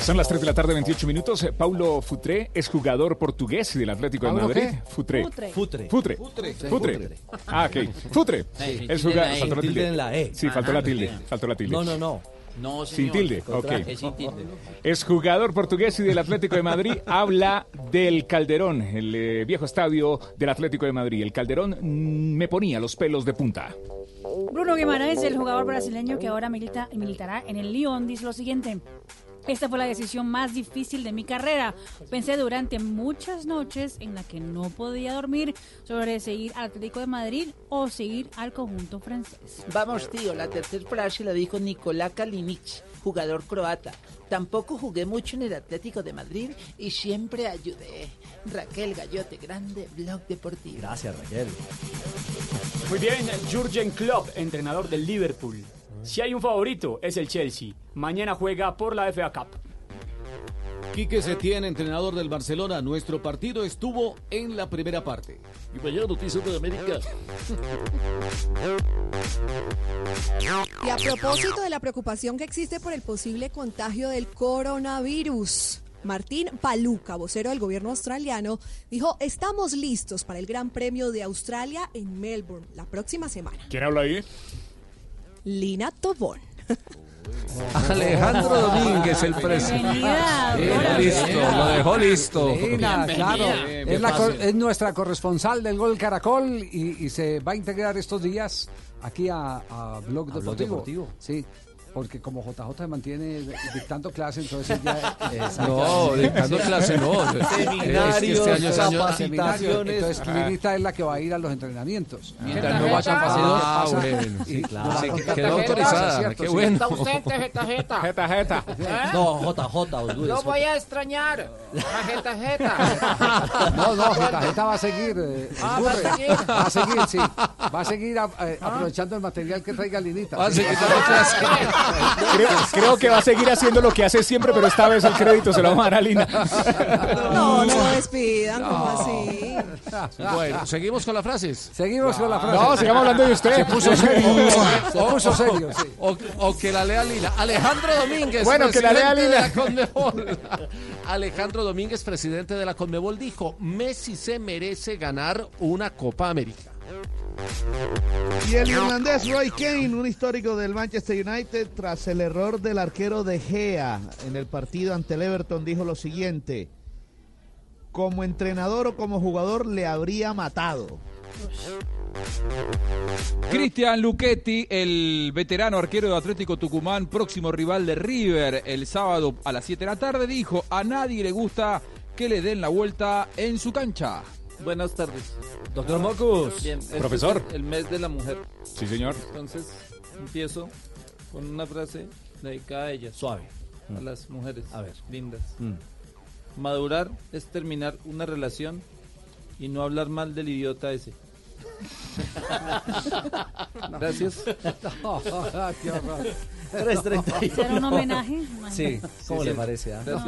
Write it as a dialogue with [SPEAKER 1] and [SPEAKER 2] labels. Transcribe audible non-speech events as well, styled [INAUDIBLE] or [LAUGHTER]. [SPEAKER 1] Son las 3 de la tarde, 28 minutos. Eh, Paulo Futré es jugador portugués del Atlético de
[SPEAKER 2] ¿Paulo
[SPEAKER 1] Madrid.
[SPEAKER 2] qué?
[SPEAKER 1] Futré.
[SPEAKER 3] Futre.
[SPEAKER 1] Futre. Futre.
[SPEAKER 2] Futre.
[SPEAKER 1] Futre. Ah, ok. Futre.
[SPEAKER 2] Sí.
[SPEAKER 1] Es
[SPEAKER 3] Tilde en la E.
[SPEAKER 1] jugador. Faltó la
[SPEAKER 3] Tilde
[SPEAKER 1] tilde.
[SPEAKER 3] en la E.
[SPEAKER 1] Sí, faltó la tilde. Faltó la tilde.
[SPEAKER 3] No, no, no.
[SPEAKER 2] No,
[SPEAKER 1] Sin
[SPEAKER 2] señor.
[SPEAKER 1] tilde. Ok.
[SPEAKER 3] Contra-
[SPEAKER 2] Es sin tilde.
[SPEAKER 1] Es jugador portugués y del Atlético de Madrid.
[SPEAKER 3] [LAUGHS]
[SPEAKER 1] Habla del Calderón, el eh, viejo estadio del Atlético de Madrid. El Calderón mm, me ponía los pelos de punta.
[SPEAKER 4] Bruno Guimarães, el jugador brasileño que ahora milita, militará en el Lyon, dice lo siguiente. Esta fue la decisión más difícil de mi carrera. Pensé durante muchas noches en la que no podía dormir sobre seguir al Atlético de Madrid o seguir al conjunto francés.
[SPEAKER 5] Vamos, tío, la tercera frase la dijo Nicolás Kalinic, jugador croata. Tampoco jugué mucho en el Atlético de Madrid y siempre ayudé. Raquel Gallote Grande, Blog Deportivo.
[SPEAKER 3] Gracias, Raquel.
[SPEAKER 6] Muy bien, Jurgen Klopp, entrenador del Liverpool. Si hay un favorito, es el Chelsea. Mañana juega por la FA Cup.
[SPEAKER 7] Quique Setién, entrenador del Barcelona. Nuestro partido estuvo en la primera parte.
[SPEAKER 8] Y mañana noticias de América.
[SPEAKER 9] Y a propósito de la preocupación que existe por el posible contagio del coronavirus, Martín Paluca, vocero del gobierno australiano, dijo, estamos listos para el Gran Premio de Australia en Melbourne la próxima semana.
[SPEAKER 1] ¿Quién habla ahí?
[SPEAKER 9] Lina Tobón.
[SPEAKER 10] Alejandro Domínguez, el presidente.
[SPEAKER 4] Bienvenida, Dora.
[SPEAKER 10] listo, lo dejó listo.
[SPEAKER 2] Bienvenida.
[SPEAKER 10] claro.
[SPEAKER 2] Bien,
[SPEAKER 10] Es,
[SPEAKER 2] bien
[SPEAKER 10] la cor-
[SPEAKER 2] fácil.
[SPEAKER 10] es nuestra corresponsal del Gol Caracol y, y se va a integrar estos días aquí a, a Blog
[SPEAKER 3] Blog
[SPEAKER 10] Deportivo.
[SPEAKER 3] Deportivo.
[SPEAKER 10] Sí. Porque como JJ se mantiene dictando clases, entonces
[SPEAKER 3] [LAUGHS]
[SPEAKER 10] ya...
[SPEAKER 3] No, dictando clase no. este
[SPEAKER 10] Es que
[SPEAKER 3] Seminarios,
[SPEAKER 10] seminario,
[SPEAKER 3] capacitaciones. Ah.
[SPEAKER 10] Entonces Clinita es la que va a ir a los entrenamientos.
[SPEAKER 3] Mientras no vayan
[SPEAKER 10] Pasa-
[SPEAKER 3] paseos.
[SPEAKER 10] pasa-
[SPEAKER 3] Ah, bueno,
[SPEAKER 10] y-
[SPEAKER 3] sí, claro.
[SPEAKER 10] pasa-
[SPEAKER 3] Sí,
[SPEAKER 10] pasa-
[SPEAKER 3] quedó
[SPEAKER 10] pasa-
[SPEAKER 3] autorizada,
[SPEAKER 10] pasa- cierto,
[SPEAKER 3] qué
[SPEAKER 10] sí.
[SPEAKER 3] bueno.
[SPEAKER 10] Está usted-
[SPEAKER 5] ausente, jeta, jeta.
[SPEAKER 1] Jeta, jeta.
[SPEAKER 3] No, JJ, Honduras.
[SPEAKER 5] No voy a extrañar. La jeta, jeta.
[SPEAKER 10] No, no, Jeta va a seguir. eh,
[SPEAKER 5] Ah,
[SPEAKER 10] Gurre.
[SPEAKER 5] ¿va a seguir?
[SPEAKER 10] va a seguir, sí. Va a seguir a- eh, aprovechando el material que traiga Linita.
[SPEAKER 3] Va a seguir dando clase.
[SPEAKER 1] Creo, creo que va a seguir haciendo lo que hace siempre, pero esta vez el crédito se lo va a dar a Lina.
[SPEAKER 9] No, no lo despidan, ¿cómo así?
[SPEAKER 8] Bueno, seguimos con las frases. Ah.
[SPEAKER 10] Seguimos con la frase.
[SPEAKER 1] No, sigamos hablando de
[SPEAKER 8] [LAUGHS]
[SPEAKER 1] usted.
[SPEAKER 10] Se puso serio, sí.
[SPEAKER 8] O, o que la lea Lina. Alejandro Domínguez,
[SPEAKER 1] Bueno, que la lea
[SPEAKER 8] presidente de la Conmebol. Alejandro Domínguez, presidente de la Conmebol, dijo: Messi se merece ganar una Copa América.
[SPEAKER 11] Y el irlandés Roy Kane, un histórico del Manchester United, tras el error del arquero de Gea en el partido ante el Everton, dijo lo siguiente: Como entrenador o como jugador, le habría matado.
[SPEAKER 12] Cristian Luchetti, el veterano arquero de Atlético Tucumán, próximo rival de River el sábado a las 7 de la tarde, dijo, a nadie le gusta que le den la vuelta en su cancha.
[SPEAKER 3] Buenas tardes.
[SPEAKER 2] Doctor Mocus.
[SPEAKER 3] Bien, este
[SPEAKER 1] Profesor.
[SPEAKER 3] es el mes de la mujer.
[SPEAKER 1] Sí, señor.
[SPEAKER 3] Entonces, empiezo con una frase dedicada a ellas.
[SPEAKER 2] Suave.
[SPEAKER 3] A las mujeres.
[SPEAKER 2] A ver. Mm.
[SPEAKER 3] Lindas. Madurar es terminar una relación y no hablar mal del idiota
[SPEAKER 2] [LAUGHS]
[SPEAKER 3] ese. Gracias.
[SPEAKER 2] [LAUGHS]
[SPEAKER 10] Qué horror.
[SPEAKER 2] 3.30.
[SPEAKER 4] ¿Será un homenaje? Imagínate.
[SPEAKER 3] Sí,
[SPEAKER 2] ¿Cómo
[SPEAKER 3] sí.
[SPEAKER 2] le parece? ah?
[SPEAKER 3] Gracias.